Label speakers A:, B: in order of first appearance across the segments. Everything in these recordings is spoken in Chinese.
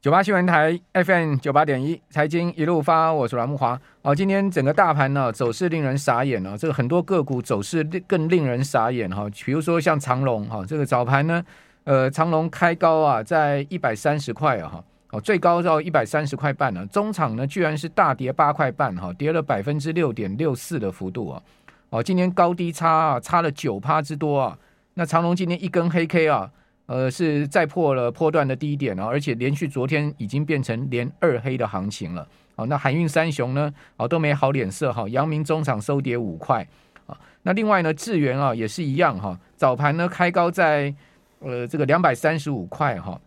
A: 九八新闻台 FM 九八点一，财经一路发，我是阮木华。哦，今天整个大盘呢、走势令人傻眼哦，这个很多个股走势令更令人傻眼哈、哦。比如说像长隆哈、哦，这个早盘呢，呃，长隆开高啊，在一百三十块啊哈，哦，最高到一百三十块半呢、啊中场呢居然是大跌八块半哈、跌了百分之六点六四的幅度啊。哦，今天高低差啊，差了九趴之多啊。那长隆今天一根黑 K 啊，呃，是再破了波段的低点啊，而且连续昨天已经变成连二黑的行情了。好、那海运三雄呢，哦都没好脸色哈、阳明中场收跌五块啊。那另外呢，智源啊也是一样哈、早盘呢开高在呃这个两百三十五块哈、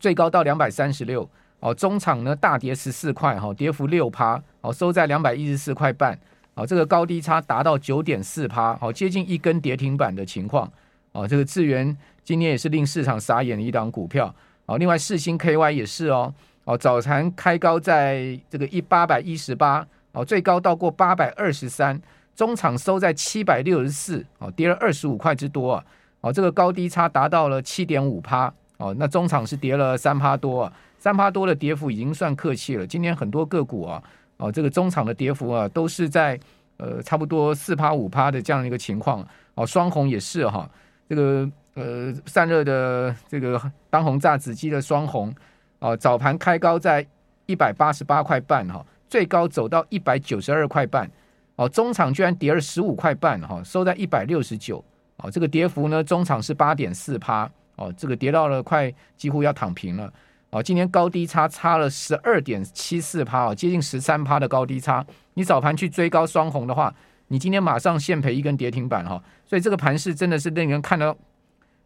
A: 最高到两百三十六哦，中场呢大跌十四块哈、跌幅六趴哦，收在两百一十四块半。哦，这个高低差达到九点四趴，哦，接近一根跌停板的情况。哦，这个智源今天也是令市场傻眼的一档股票。哦，另外世星 KY 也是哦，哦，早盘开高在这个一八百一十八，哦，最高到过八百二十三，中场收在七百六十四，哦，跌了二十五块之多啊。哦，这个高低差达到了七点五趴，哦，那中场是跌了三趴多啊，三趴多的跌幅已经算客气了。今天很多个股啊，哦，这个中场的跌幅啊，都是在呃差不多四趴五趴的这样一个情况。哦，双红也是哈、这个呃散热的这个当红炸子鸡的双红哦、早盘开高在一百八十八块半哈、最高走到一百九十二块半哦，中场居然跌了十五块半哈、收在一百六十九哦，这个跌幅呢，中场是八点四趴哦，这个跌到了快几乎要躺平了。哦，今天高低差差了十二点七四趴哦，接近十三趴的高低差。你早盘去追高双红的话，你今天马上现赔一根跌停板哈、所以这个盘势真的是令人看到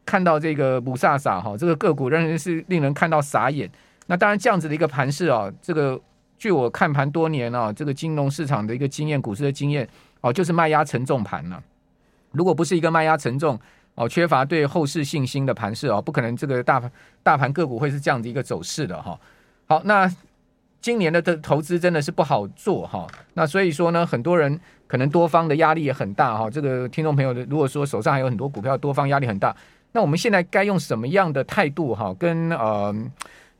A: 看到这个不飒飒哈，这个个股让人是令人看到傻眼。那当然这样子的一个盘势啊，这个据我看盘多年啊，这个金融市场的一个经验，股市的经验哦、就是卖压沉重盘了、如果不是一个卖压沉重哦，缺乏对后市信心的盘势哦，不可能这个大盘大盘个股会是这样的一个走势的哈、好，那今年的投投资真的是不好做哈、那所以说呢，很多人可能多方的压力也很大哈、这个听众朋友的，如果说手上还有很多股票，多方压力很大，那我们现在该用什么样的态度哈、跟呃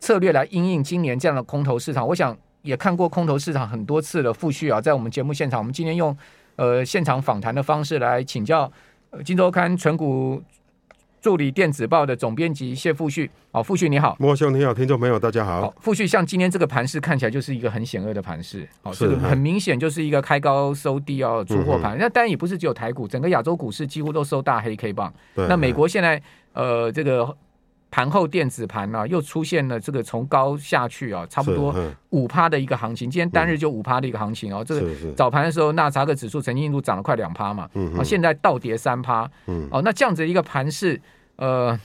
A: 策略来应应今年这样的空头市场？我想也看过空头市场很多次的复续啊，在我们节目现场，我们今天用呃现场访谈的方式来请教呃《金周刊》纯股助理电子报的总编辑谢富旭。好、富旭你好。
B: 莫兄，你好，听众朋友，大家好。
A: 好，复续像今天这个盘势看起来就是一个很险恶的盘势，好、
B: 是
A: 这个
B: 嗯
A: 很明显就是一个开高收低哦，出货盘。那当然也不是只有台股，整个亚洲股市几乎都收大黑 K 棒。
B: 对，
A: 那美国现在呃这个盘后电子盘呢、啊又出现了这个从高下去啊，差不多
B: 是嗯嗯
A: 五趴的一个行情，今天单日就五趴的一个行情哦。这个
B: 是是，
A: 早盘的时候，纳斯达克指数曾经一度涨了快两趴嘛，
B: 嗯
A: 哦，
B: 嗯
A: 现在倒跌三趴，
B: 嗯，
A: 哦，那这样子一个盘势，呃，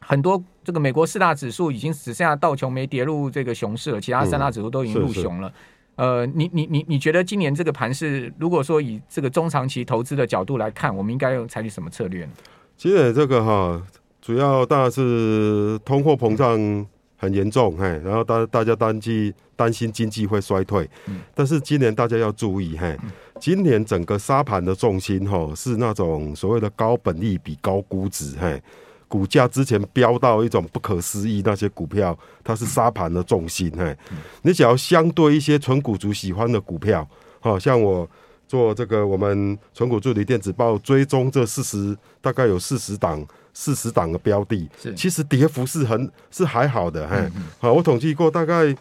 A: 很多这个美国四大指数已经只剩下道琼没跌入这个熊市了，其他三大指数都已经
B: 嗯
A: 入
B: 是是
A: 熊了。呃，你你你你觉得今年这个盘势，如果说以这个中长期投资的角度来看，我们应该用采取什么策略呢？
B: 其实这个哈，主要大是通货膨胀很严重，嘿，然后大大家担心担心经济会衰退，
A: 嗯
B: 但是今年大家要注意，嘿，今年整个沙盘的重心哈是那种所谓的高本益比、高估值，嘿。股价之前飙到一种不可思议，那些股票它是沙盘的重心，嘿，你只要相对一些纯股族喜欢的股票，好、像我做这个我们纯股助理电子报追踪这四十大概有四十档四十档的标的，
A: 是嗯
B: 其实跌幅是很是还好的，嘿，好、我统计过大概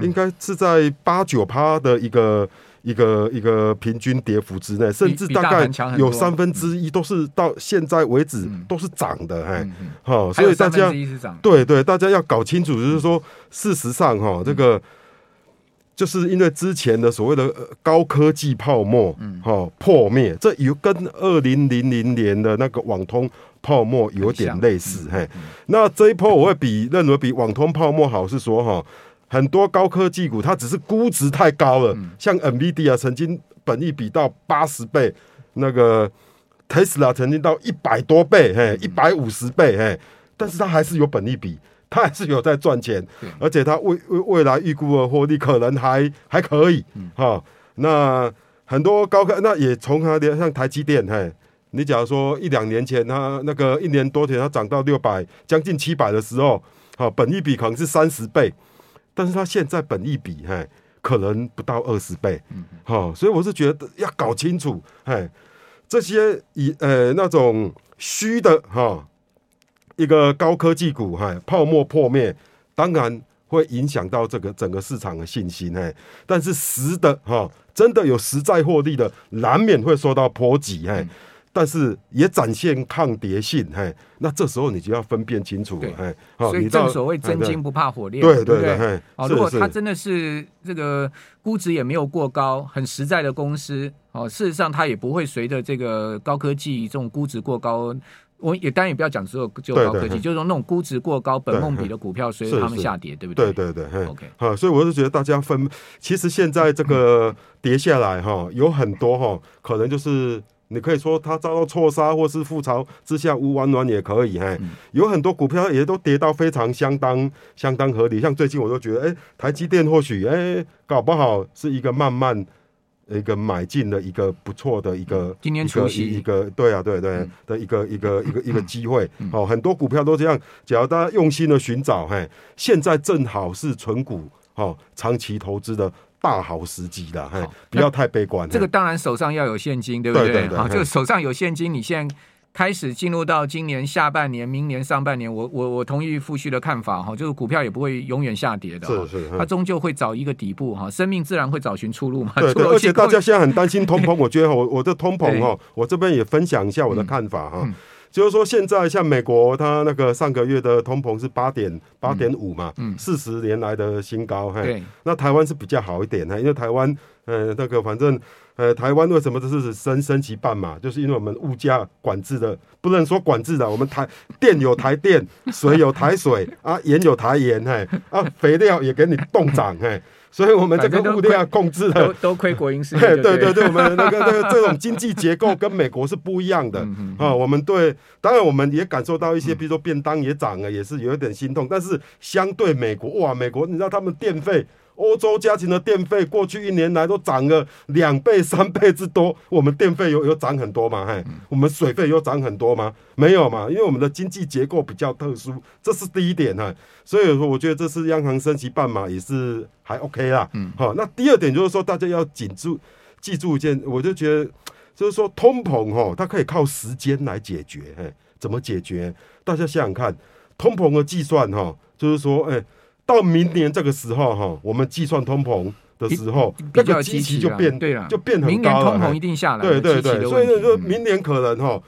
B: 应该是在八九趴的一个。一个一个平均跌幅之内，甚至
A: 比大
B: 大概
A: 盘强很多
B: 有三分之一都是到现在为止
A: 嗯
B: 都是涨的，嘿，
A: 嗯，
B: 好、
A: 还
B: 所
A: 有
B: 以大
A: 三分
B: 家
A: 之一是涨，
B: 对对，大家要搞清楚，就是说，事实上哈，这个就是因为之前的所谓的呃高科技泡沫，嗯，哈，破灭，这有跟二零零零年的那个网通泡沫有点类似，嘿，那这一波我会比认为比网通泡沫好，是说哈，很多高科技股它只是估值太高了，像 NVIDIA 曾经本益比到八十倍，那个 Tesla 曾经到一百多倍，嘿，一百五十倍，嘿，但是它还是有本益比，它还是有在赚钱
A: 对，
B: 而且它未未未来预估的获利可能还还可以，哈、那很多高科那也从它的像台积电，嘿。你假如说一两年前它那个一年多前它涨到六百，将近七百的时候，好、本益比可能是三十倍，但是它现在本益比，嘿，可能不到二十倍，
A: 嗯
B: 好、所以我是觉得要搞清楚，嘿，这些以呃那种虚的哈、一个高科技股，嘿，泡沫破灭，当然会影响到这个整个市场的信心，嘿，但是实的哈、真的有实在获利的，难免会受到波及，
A: 嗯
B: 嘿。但是也展现抗跌性，嘿，那这时候你就要分辨清楚了
A: 对，
B: 嘿，好
A: 所以
B: 哦你到
A: 正所谓真
B: 哎对
A: 金不怕火炼，
B: 对
A: 对
B: 对
A: 不
B: 对，
A: 对？
B: 嘿
A: 哦，
B: 是
A: 如果它
B: 是
A: 真的是这个估值也没有过高，很实在的公司，哦，事实上它也不会随着这个高科技这种估值过高，我也当然也不要讲只有只有
B: 对
A: 高科
B: 对
A: 技，
B: 嘿
A: 就是说那种估值过高、本
B: 对
A: 梦比
B: 嘿
A: 的股票随
B: 是
A: 着它们
B: 是
A: 下跌，对不
B: 对
A: 对
B: 对对，嘿
A: OK
B: 好，所以我是觉得大家分，其实现在这个跌下来哈，有很多哈，可能就是你可以说它遭到错杀，或是覆巢之下无完卵也可以，
A: 嗯
B: 嘿，有很多股票也都跌到非常相当相当合理，像最近我就觉得，哎，台积电或许，哎，搞不好是一个慢慢。一个买进的一个不错的一个，
A: 嗯今天
B: 一个
A: 除夕
B: 一个对啊对对
A: 嗯
B: 的一个一个一个一个机会哦，很多股票都这样，只要大家用心的寻找，嘿，现在正好是存股哦长期投资的大好时机啦，嘿
A: 好，
B: 不要太悲观。
A: 这个
B: 嘿
A: 当然手上要有现金，对不
B: 对对对
A: 好，
B: 嘿
A: 这个手上有现金，你现在。开始进入到今年下半年、明年上半年，我我我同意傅旭的看法哦哈，就是股票也不会永远下跌的，哈
B: 是是，嗯
A: 它
B: 嘿
A: 终究会找一个底部哈，生命自然会找寻出路嘛。
B: 对
A: 出
B: 对，
A: 路
B: 而且
A: 去
B: 大
A: 过
B: 家现在很担心通 膨，我觉得我我的通膨
A: 对
B: 哦，我这边也分享一下我的看法哈、
A: 嗯
B: 就是说现在像美国，它那个上个月的通膨是八点八点五嘛
A: 嗯，
B: 四十、年来的新高，嘿，
A: 对
B: 那台湾是比较好一点哈，因为台湾呃那个反正呃台湾为什么这是升升级办嘛，就是因为我们物价管制的，不能说管制的，我们台电有台电，水有台水 啊，盐有台盐嘿啊，肥料也给你冻涨嘿，所以我们这
A: 反正
B: 个
A: 都
B: 物量控制的
A: 都都亏国营事业
B: 嘿
A: 就
B: 哎对
A: 对
B: 对对，我们那个那个这种经济结构跟美国是不一样的啊、我们对，当然我们也感受到一些，比如说便当也涨了，也是有一点心痛。但是相对美国，哇，美国你知道他们电费，欧洲家庭的电费过去一年来都涨了两倍、三倍之多。我们电费有有涨很多嘛？嘿，我们水费有涨很多吗？没有嘛，因为我们的经济结构比较特殊，这是第一点哈。所以说，我觉得这次央行升息半码也是还 OK 啦。嗯，好、那第二点就是说，大家要紧注记住一件，我就觉得就是说通膨哦，它可以靠时间来解决。嘿，怎么解决？大家想想看，通膨的计算哈、哦，就是说，哎，到明年这个时候哈、哦，我们计算通膨的时候，
A: 比
B: 那
A: 较
B: 个
A: 积
B: 基
A: 极
B: 期就
A: 啦
B: 变
A: 对了，
B: 就变很
A: 明年
B: 高了
A: 通
B: 嘿
A: 膨一定下来，
B: 对对
A: 积极
B: 对，
A: 的
B: 所以
A: 问题嗯
B: 呢，就明年可能哈，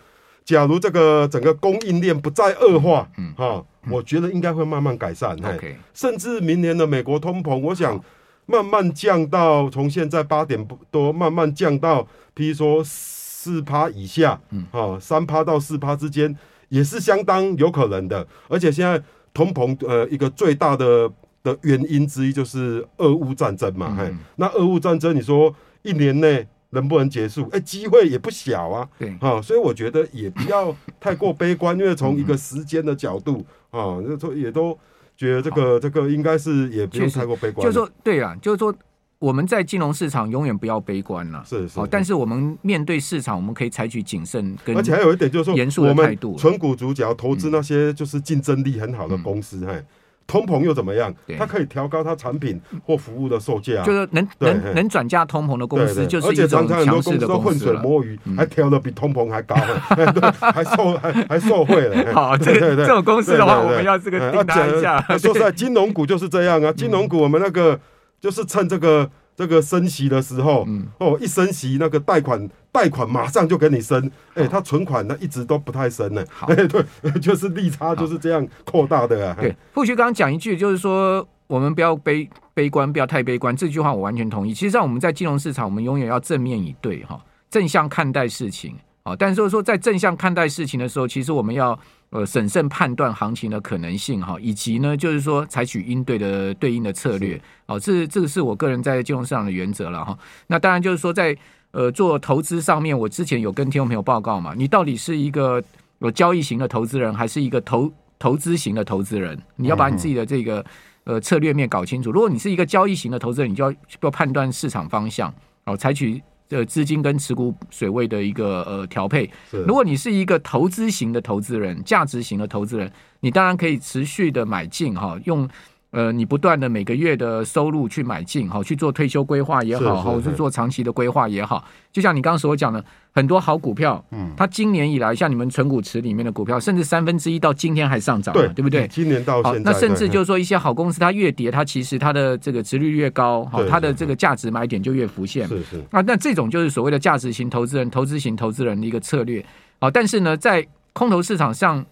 B: 假如这个整个供应链不再恶化，
A: 嗯
B: 哈，我觉得应该会慢慢改善，
A: 嗯
B: 嘿
A: OK
B: 甚至明年的美国通膨，我想慢慢降到从现在八点多，慢慢降到，譬如说四趴以下，
A: 嗯，
B: 哈，三趴到四趴之间也是相当有可能的，而且现在通膨呃一个最大的。的原因之一就是俄乌战争嘛，
A: 嗯
B: 嘿，那俄乌战争，你说一年内能不能结束？哎、机会也不小啊。
A: 对。
B: 哈、所以我觉得也不要太过悲观，因为从一
A: 嗯
B: 个时间的角度啊，那、都也都觉得这个这个应该是也不用
A: 确实
B: 太过悲观
A: 就
B: 了。
A: 是说对啦，就是说我们在金融市场永远不要悲观啦。
B: 是是
A: 好，但是我们面对市场，我们可以采取谨慎跟
B: 而且还有一点就是
A: 严肃
B: 说，
A: 的
B: 我
A: 态
B: 们
A: 度嗯
B: 纯股主角投资那些就是竞争力很好的公司，嘿，通膨又怎么样
A: 对？嗯
B: 它可以调高它产品或服务的售价啊、
A: 就是能
B: 对
A: 能
B: 嘿
A: 能转嫁通膨的公司，
B: 对对
A: 就是
B: 而
A: 一
B: 且
A: 种
B: 常常很
A: 强
B: 多
A: 势
B: 公
A: 的
B: 司都
A: 公
B: 浑
A: 司
B: 水
A: 了。嗯
B: 摸鱼，还调的比通膨还高，哎对还受还还受贿了。哎
A: 好，这
B: 对
A: 个
B: 对
A: 这种公司的话，
B: 对对
A: 我
B: 对
A: 们要这个
B: 哎
A: 定他一下嗯
B: 而。且说实在，金融股就是这样啊，金融股我们那个就是趁这个这个升息的时候，
A: 嗯
B: 哦，一升息那个贷款。贷款马上就给你升，哎、他存款呢一直都不太升呢、
A: 好
B: 哎、对，就是利差就是这样扩大的啊。
A: 对，傅旭刚刚讲一句，就是说我们不要悲悲观，不要太悲观。这句话我完全同意。其实上我们在金融市场，我们永远要正面以对哈，正向看待事情。好，但是就是说在正向看待事情的时候，其实我们要呃审慎判断行情的可能性哈，以及呢就是说采取应对的对应的策略。哦，这这个是我个人在金融市场的原则了哈。那当然就是说在呃做投资上面，我之前有跟听众朋友报告嘛，你到底是一个有交易型的投资人，还是一个投投资型的投资人？你要把
B: 嗯
A: 你自己的这个呃策略面搞清楚。如果你是一个交易型的投资人，你就要要判断市场方向，哦，采取呃资金跟持股水位的一个呃调配。
B: 是
A: 如果你是一个投资型的投资人、价值型的投资人，你当然可以持续的买进哈、用呃你不断的每个月的收入去买进哈、去做退休规划也
B: 是
A: 好，
B: 是
A: 哈或者
B: 是
A: 做长期的规划也好。就像你刚刚所讲的，很多好股票，嗯，它今年以来像你们存股池里面的股票，甚至三分之一到今天还上涨嘛，
B: 对
A: 对不对？
B: 今年到
A: 好，
B: 现在，
A: 那甚至
B: 对
A: 就是说一些好公司，它越跌，它其实它的这个值率越高，好，
B: 对
A: 它的
B: 是
A: 这个价值买点就越浮现。
B: 是是
A: 啊，那这种就是所谓的价值型投资人、投资型投资人的一个策略。好、但是呢，在空头市场上，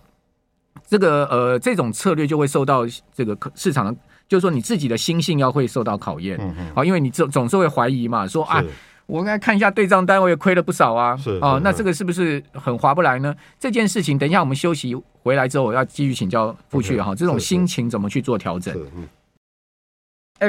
A: 这个呃这种策略就会受到这个市场的，就是说你自己的心性要会受到考验。
B: 嗯嗯
A: 好、因为你总总是会怀疑嘛，说啊，
B: 是
A: 我刚才看一下对账单，我也亏了不少啊。
B: 是
A: 哦
B: 是，
A: 那
B: 是
A: 这个是不是很划不来呢？这件事情，等一下我们休息回来之后，我要继续请教傅旭啊
B: OK，
A: 哈，这种
B: 是是
A: 心情怎么去做调整
B: 是嗯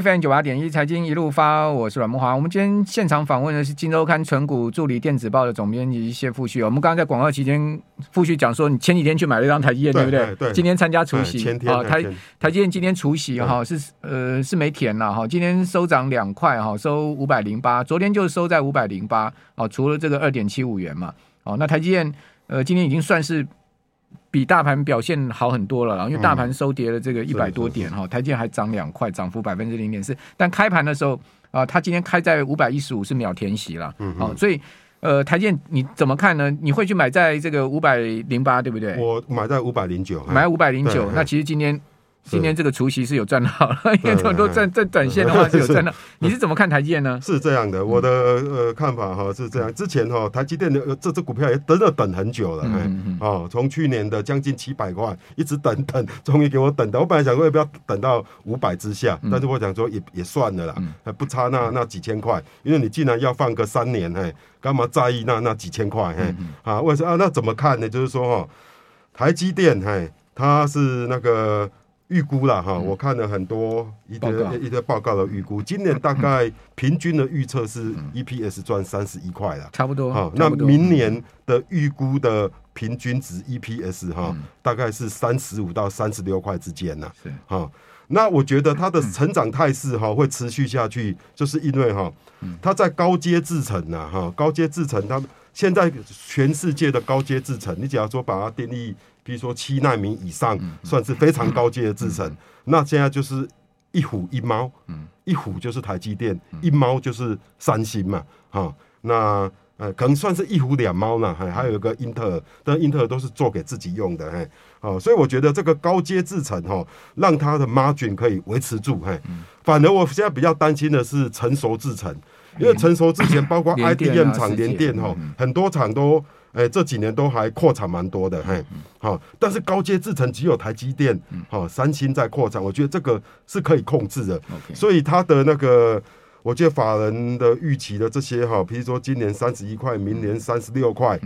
A: ？FM 九八点一财经一路发，我是阮木华。我们今天现场访问的是《金周刊》存股助理电子报的总编辑谢富旭。我们刚刚在广告期间，富旭讲说，你前几天去买了一张台积电，
B: 对
A: 不对？
B: 对对
A: 今天参加除
B: 哎
A: 夕，
B: 前天
A: 啊
B: 哎
A: 台
B: 前
A: 台积电今天除夕
B: 对
A: 哈是呃是没填了哈，今天收涨两块哈，收五百零八，昨天就收在五百零八哦，除了这个二点七五元嘛，哦，那台积电呃今天已经算是比大盘表现好很多了啦，因为大盘收跌了这个一百
B: 是
A: 多点哈，台积电还涨两块，涨幅百分之零点四，但开盘的时候啊、它今天开在五百一十五是秒填息了，
B: 嗯
A: 哦，所以呃台积电你怎么看呢？你会去买在这个五百零八对不对？
B: 我买在五百零九，
A: 买五百零
B: 对
A: 九，那
B: 嗯
A: 其实今天
B: 是
A: 今天这个除夕是有赚到了，因 为
B: 对
A: 很多
B: 嗯
A: 赚在短线的话是有赚到。你是怎嗯么看台积电呢？
B: 是这样的，我的呃看法哈是这样。之前哈，台积电的呃这只股票也真的等很久了，
A: 嗯
B: 哎
A: 嗯嗯
B: 哦，从去年的将近七百块，一直等 等，终于给我等到。我本来想说要不要等到五百之下，
A: 嗯
B: 但是我想说也也算了啦，还不差那那几千块，因为你既然要放个三年，嘿，干嘛在意那那几千块？
A: 嗯
B: 嘿，啊，我也说啊，那怎么看呢？就是说哈，台积电，嘿，它是那个。预估啦哈，我看了很多一
A: 嗯报告
B: 个一个报告的预估，今年大概平均的预测是 EPS 赚三十一块啦。
A: 差不多，
B: 好，
A: 差
B: 那
A: 不多
B: 明年的预估的平均值 EPS 哈、大概是三十五到三十六块之间呢、
A: 是
B: 哈、那我觉得它的成长态势哈会持续下去，就是因为哈、它在高阶制程呐、哈、高阶制程它现在全世界的高阶制程，你假如说把它定义，比如说七纳米以上，算是非常高阶的制程，那现在就是一虎一猫，一虎就是台积电，一猫就是三星嘛，哈、那呃可能算是一虎两猫呢，还还有一个英特尔，但英特尔都是做给自己用的，嘿，哦，所以我觉得这个高阶制程哈、哦，让它的 margin 可以维持住，嘿，反而我现在比较担心的是成熟制程，因为成熟之前包括
A: 联电啊嗯
B: IDM 厂、
A: 世界
B: 联电哈、很多厂都。哎，这几年都还扩产蛮多的，嘿，
A: 嗯
B: 好、但是高阶制程只有台积电，好、三星在扩产，我觉得这个是可以控制的，
A: OK，
B: 所以它的那个，我觉得法人的预期的这些哈，比如说今年三十一
A: 嗯
B: 块，明年三十六块，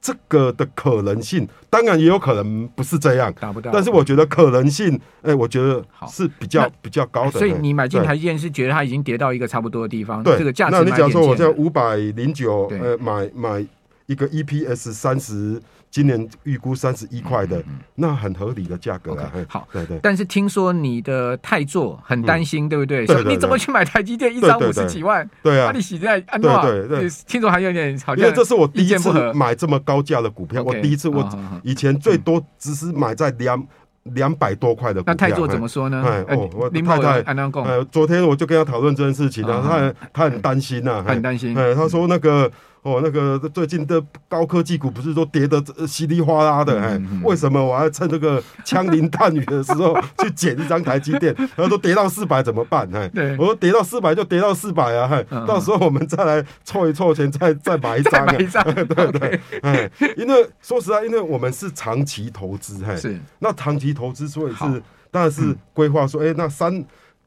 B: 这个的可能性，当然也有可能不是这样，
A: 达不到。
B: 但是我觉得可能性，哎、我觉得
A: 啊好
B: 是比较
A: 那
B: 比较高的。
A: 所以你买进
B: 对
A: 台积电是觉得它已经跌到一个差不多的地方，
B: 对，
A: 这个价值买
B: 那你
A: 点
B: 假如说我
A: 见
B: 在
A: 了
B: 五百零九，
A: 对
B: 呃，买买一个 EPS 三十，今年预估三十一块的，那很合理的价格了
A: 嗯 OK，。
B: 嘿
A: 好
B: 对对。
A: 但是听说你的太座很担心，对不对？
B: 嗯对
A: 说
B: 对
A: 你怎么
B: 对
A: 去买台积电一
B: 对
A: 张
B: 对
A: 五十
B: 对
A: 几万？
B: 对
A: 啊，
B: 啊
A: 你，喜在安
B: 对
A: 诺，
B: 对对
A: 听说还有点好
B: 因为
A: 像
B: 这是我第
A: 意
B: 一
A: 见不合
B: 次嗯买这么高价的股票，我
A: OK，嗯
B: 第一次，我
A: 好好好
B: 以前最多只是买在两两百多块的股票。
A: 那太座
B: 嘿
A: 怎么说呢
B: 哎？
A: 呃
B: 哦我
A: 林
B: 太
A: 某
B: 太
A: 安南贡
B: 呃，昨天我就跟他讨论这件事情啊，
A: 啊
B: 他很他很担心呐、啊，
A: 很担心
B: 哎、他说那个哦，那个最近的高科技股不是都跌得呃稀里哗啦的，
A: 嗯
B: 哎、为什么我还趁这个枪林弹雨的 时候去捡一张台积电？他说跌到四百怎么办？哎
A: 对，
B: 我说跌到四百就跌到四百啊，哎
A: 嗯，
B: 到时候我们再来凑一凑钱，再再买一张、
A: 再
B: 啊，
A: 买一张，对对
B: 哎，因为说实在，因为我们是长期投资，嘿，
A: 是
B: 那长期投资，所以
A: 好
B: 是当然是规划说，哎、那三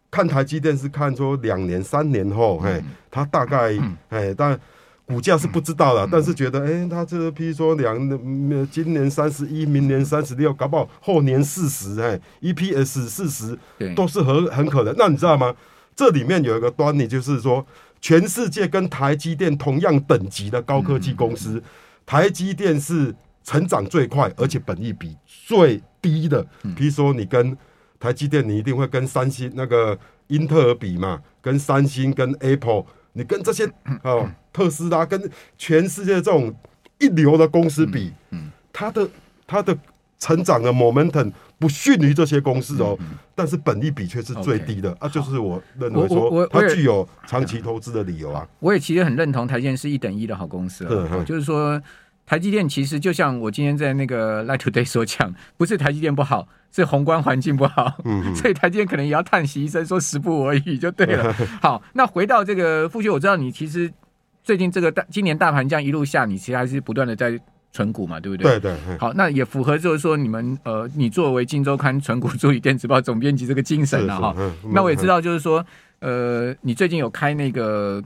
B: 看台积电是看说两年、三年后，嘿，它大概，哎，但股价是不知道了，但是觉得，哎，它这譬如说两，嗯今年三十一，明年三十六，搞不好后年四十，哎，EPS 四十，
A: 对
B: 都是很很可能。那你知道吗？这里面有一个端倪，就是说，全世界跟台积电同样等级的高科技公司，台积电是成长最快，而且本益比最低的。比如说，你跟台积电，你一定会跟三星那个英特尔比嘛，跟三星、跟 Apple。你跟这些哦特斯拉跟全世界这种一流的公司比，它的它的成长的 momentum 不逊于这些公司哦，但是本利比却是最低的啊，就是我认
A: 我我
B: 为
A: 我
B: 说
A: 我
B: 它
A: 也
B: 具有长期投资的理由啊。
A: 我也其实很认同台积电是一等一的好公司
B: 嗯
A: 啊，
B: 嗯
A: 就是说台积电其实就像我今天在那个 Light Today 所讲，不是台积电不好，是宏观环境不好，
B: 嗯
A: 所以台积电可能也要叹息一声，说时不我与就对 了。好，那回到这个傅学，我知道你其实最近这个大今年大盘这样一路下，你其实还是不断的在存股嘛，对不对？
B: 对对，嘿
A: 好，那也符合就是说你们呃，你作为《金周刊》存股助理电子报总编辑这个精神了、啊哈。
B: 是是嗯
A: 那我也知
B: 嗯
A: 道，就是说，呃，你最近有开那个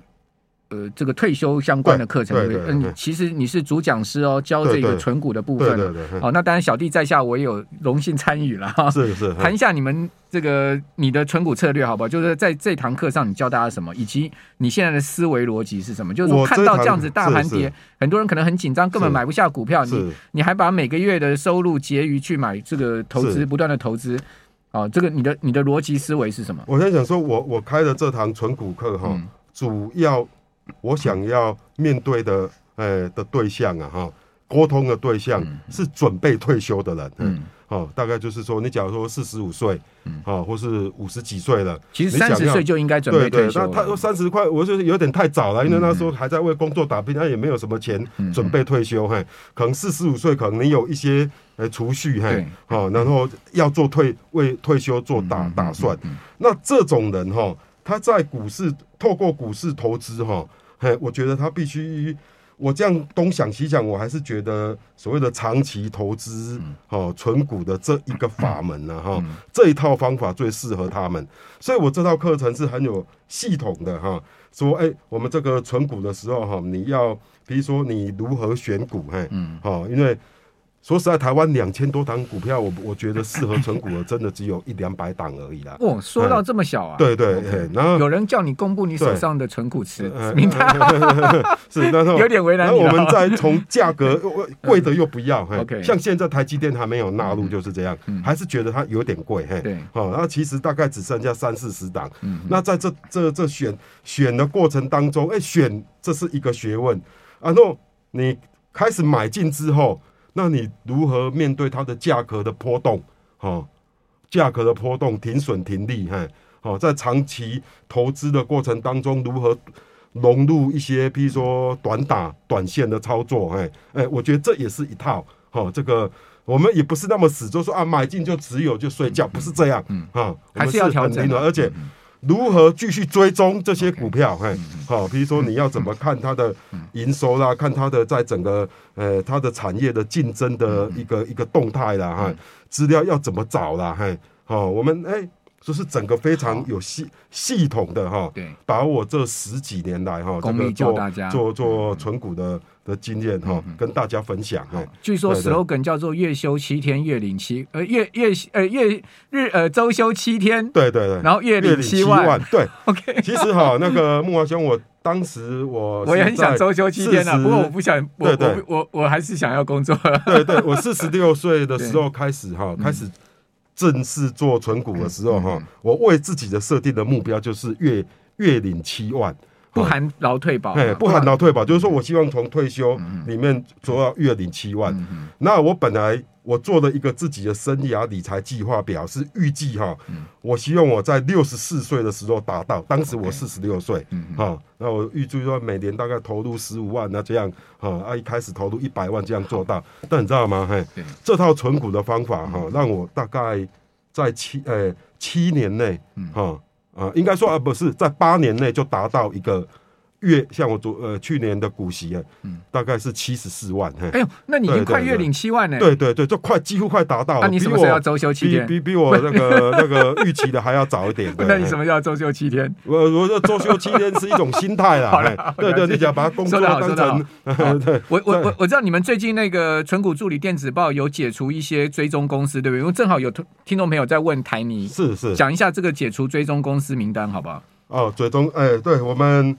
A: 呃这个退休相关的课程，
B: 对
A: 不
B: 对对
A: 嗯，你
B: 对
A: 其实你是主讲师哦，教这
B: 对
A: 个
B: 对
A: 纯股的部
B: 对
A: 分
B: 对
A: 哦。
B: 对，嘿
A: 好，那当然小弟在下我也有荣幸参与了 哈。
B: 是是，嘿
A: 谈一下你们这个你的纯股策略好不好？就是在这堂课上你教大家什么，以及你现在的思维逻辑是什么？就是说
B: 我
A: 看
B: 这
A: 到
B: 堂
A: 这样子大盘
B: 是是
A: 跌，很多人可能很紧张，根本
B: 是
A: 买不下股票，你
B: 是
A: 你还把每个月的收入结余去买这个投资，
B: 是
A: 不断的投资。哦，这个你的你的逻辑思维是什么？
B: 我在想说我，我开的这堂纯股课哈，
A: 嗯
B: 主要我想要面对的呃的对象啊哈，沟通的对象是准备退休的人，嗯，
A: 嗯，
B: 哦，大概就是说，你假如说四十五岁，
A: 嗯
B: 哦，或是五十几岁了，
A: 其实
B: 你想
A: 三
B: 要
A: 十岁就应该准备
B: 对
A: 退
B: 对，
A: 休
B: 那他
A: 了
B: 说。三十块，我就是有点太早了，因为那时候还在为工作打拼，他也没有什么钱
A: 嗯
B: 准备退休，嘿，可能四十五岁，可能你有一些呃储蓄，
A: 对
B: 嘿，好，然后要做退为退休做打
A: 嗯
B: 打算。那这种人哈，他在股市透过股市投资哈，嘿，我觉得他必须。我这样东想西想，我还是觉得所谓的长期投资
A: 嗯
B: 哦，存股的这一个法门呢、啊，哈、这一套方法最适合他们。所以我这套课程是很有系统的哈，说哎、我们这个存股的时候哈，你要比如说你如何选股，嘿，
A: 嗯，
B: 好，因为说实在，台湾两千多档股票，我我觉得适合存股的真的只有一两百档而已啦。
A: 哦，说到这么小啊，
B: 嗯对对，
A: OK
B: 嘿然后
A: 有人叫你公布你手
B: 对
A: 上的存股池
B: 呃
A: 名单，
B: 是，然后
A: 有点为
B: 然
A: 难
B: 后
A: 你
B: 我们
A: 了。嗯
B: 再从价 格呃贵的又不要，嘿
A: OK 嗯
B: 像现在台积电还没有纳入，就是这样，还是觉得它有点贵，嘿，
A: 对
B: 好，那其实大概只剩下三四十档
A: 嗯，
B: 那在这这这选选的过程当中，哎，选这是一个学问，啊，那你开始买进之后，那你如何面对它的价格的波动？哦，价格的波动、停损、停利，嘿，哦，在长期投资的过程当中，如何融入一些，譬如说短打、短线的操作，哎哎，我觉得这也是一套，哦，这个。我们也不是那么死，就说啊，买进就持有就睡觉，不是这样，嗯啊，我们
A: 还是要调整嗯
B: 很灵活而且如何继续追踪这些股票，嘿，好，比如说你要怎么看它的营收
A: 嗯
B: 啦，看它的在整个呃它的产业的竞争的一
A: 嗯
B: 个一个动态啦，哈，资料要怎么找啦，嘿，好，我们哎，就是整个非常有系系统的哈，
A: 对，
B: 把我这十几年来哈，这
A: 功力
B: 个
A: 教
B: 做
A: 大家嗯
B: 做做存股的的经验哈，跟大家分享，嘿，
A: 据说
B: 对对
A: slogan 叫做“月休七天，月领七呃月月呃月日呃周休七天，
B: 对对对，
A: 然后月
B: 月
A: 领
B: 领
A: 七
B: 七
A: 万
B: 万，对。”
A: OK，
B: 其实哈，那个木华兄，我当时我
A: 我也很想周休七天啊，
B: 40
A: 不过我不想，我
B: 对对
A: 我我我还是想要工作。
B: 对对，我四十六岁的时候开始哈，开始正式做存股的时候哈，我为自己的设定的目标就是月月领七万，
A: 不含劳退保
B: 哎，
A: 嘛，嗯
B: 不含劳退保，就是说我希望从退休里面主要月领七万。那我本来我做了一个自己的生涯理财计划表，是预计哈，
A: 嗯
B: 我希望我在六十四岁的时候达到。当时我四十六岁，
A: 嗯
B: 哈，那我预计说每年大概投入十五万那这样，哈，啊一开始投入一百万这样做到。但你知道吗？嘿
A: 对，嗯
B: 这套存股的方法哈，让我大概在七呃七年内，哈啊，应该说啊不是在八年内就达到一个。月像我昨呃去年的股息，嗯，大概是七十四万，嘿，
A: 哎呦，那你已经
B: 对对
A: 快月
B: 对
A: 领七万呢。
B: 对对对，就快几乎快达到
A: 那
B: 了，
A: 啊你
B: 比
A: 什么时候
B: 我
A: 要周休七
B: 比
A: 天？
B: 比比我 那个那个预期的还要早一点。对
A: 那你
B: 嘿
A: 什么叫周休七天？
B: 我我这周休七天是一种心 态
A: 好
B: 啦，
A: 了
B: 嘿
A: 好了
B: 对
A: 了
B: 对，
A: 解
B: 你想把它工
A: 说
B: 作
A: 得好说
B: 当
A: 得好
B: 成， 呃对
A: 我我我我知道你们最近那个纯股助理电子报有解除一些追踪公司，对不对？因为正好有听听众朋友在问台泥，
B: 是是
A: 讲一下这个解除追踪公司名单好不好？
B: 哦，最终哎，对我们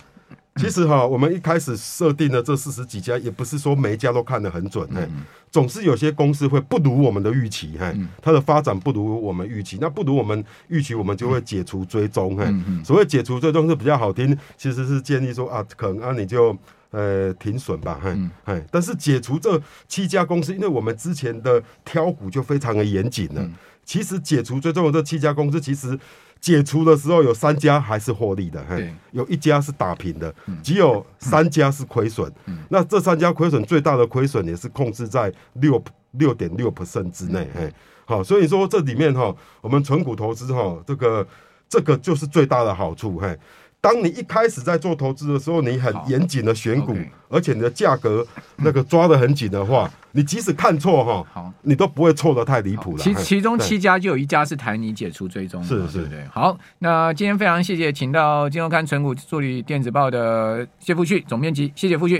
B: 其实哈，我们一开始设定的这四十几家，也不是说每一家都看得很准，哎，总是有些公司会不如我们的预期，哎，它的发展不如我们预期，那不如我们预期，我们就会解除追踪，哎，所谓解除追踪是比较好听，其实是建议说啊，可能啊你就。呃，停损吧，嘿，嘿，但是解除这七家公司，因为我们之前的挑股就非常的严谨了。其实解除最重要的这七家公司，其实解除的时候有三家还是获利的，嘿
A: 对，嗯
B: 有一家是打平的，只有三家是亏损。那这三家亏损最大的亏损也是控制在六六点六 percent 之内，
A: 嗯
B: 嘿，好，所以说这里面哈，我们纯股投资哈，这个这个就是最大的好处，嘿。当你一开始在做投资的时候，你很
A: 好
B: 严谨的选股
A: OK，
B: 而且你的价格那个抓得很紧的话，你即使看错
A: 好
B: 哈，你都不会错得太离谱了。
A: 其
B: 嘿
A: 其中
B: 对
A: 七家就有一家是台泥解除追踪的嘛，
B: 是
A: 对不对？好，那今天非常谢谢请到《金融刊存股助理电子报》的谢富旭总编辑，谢谢富旭。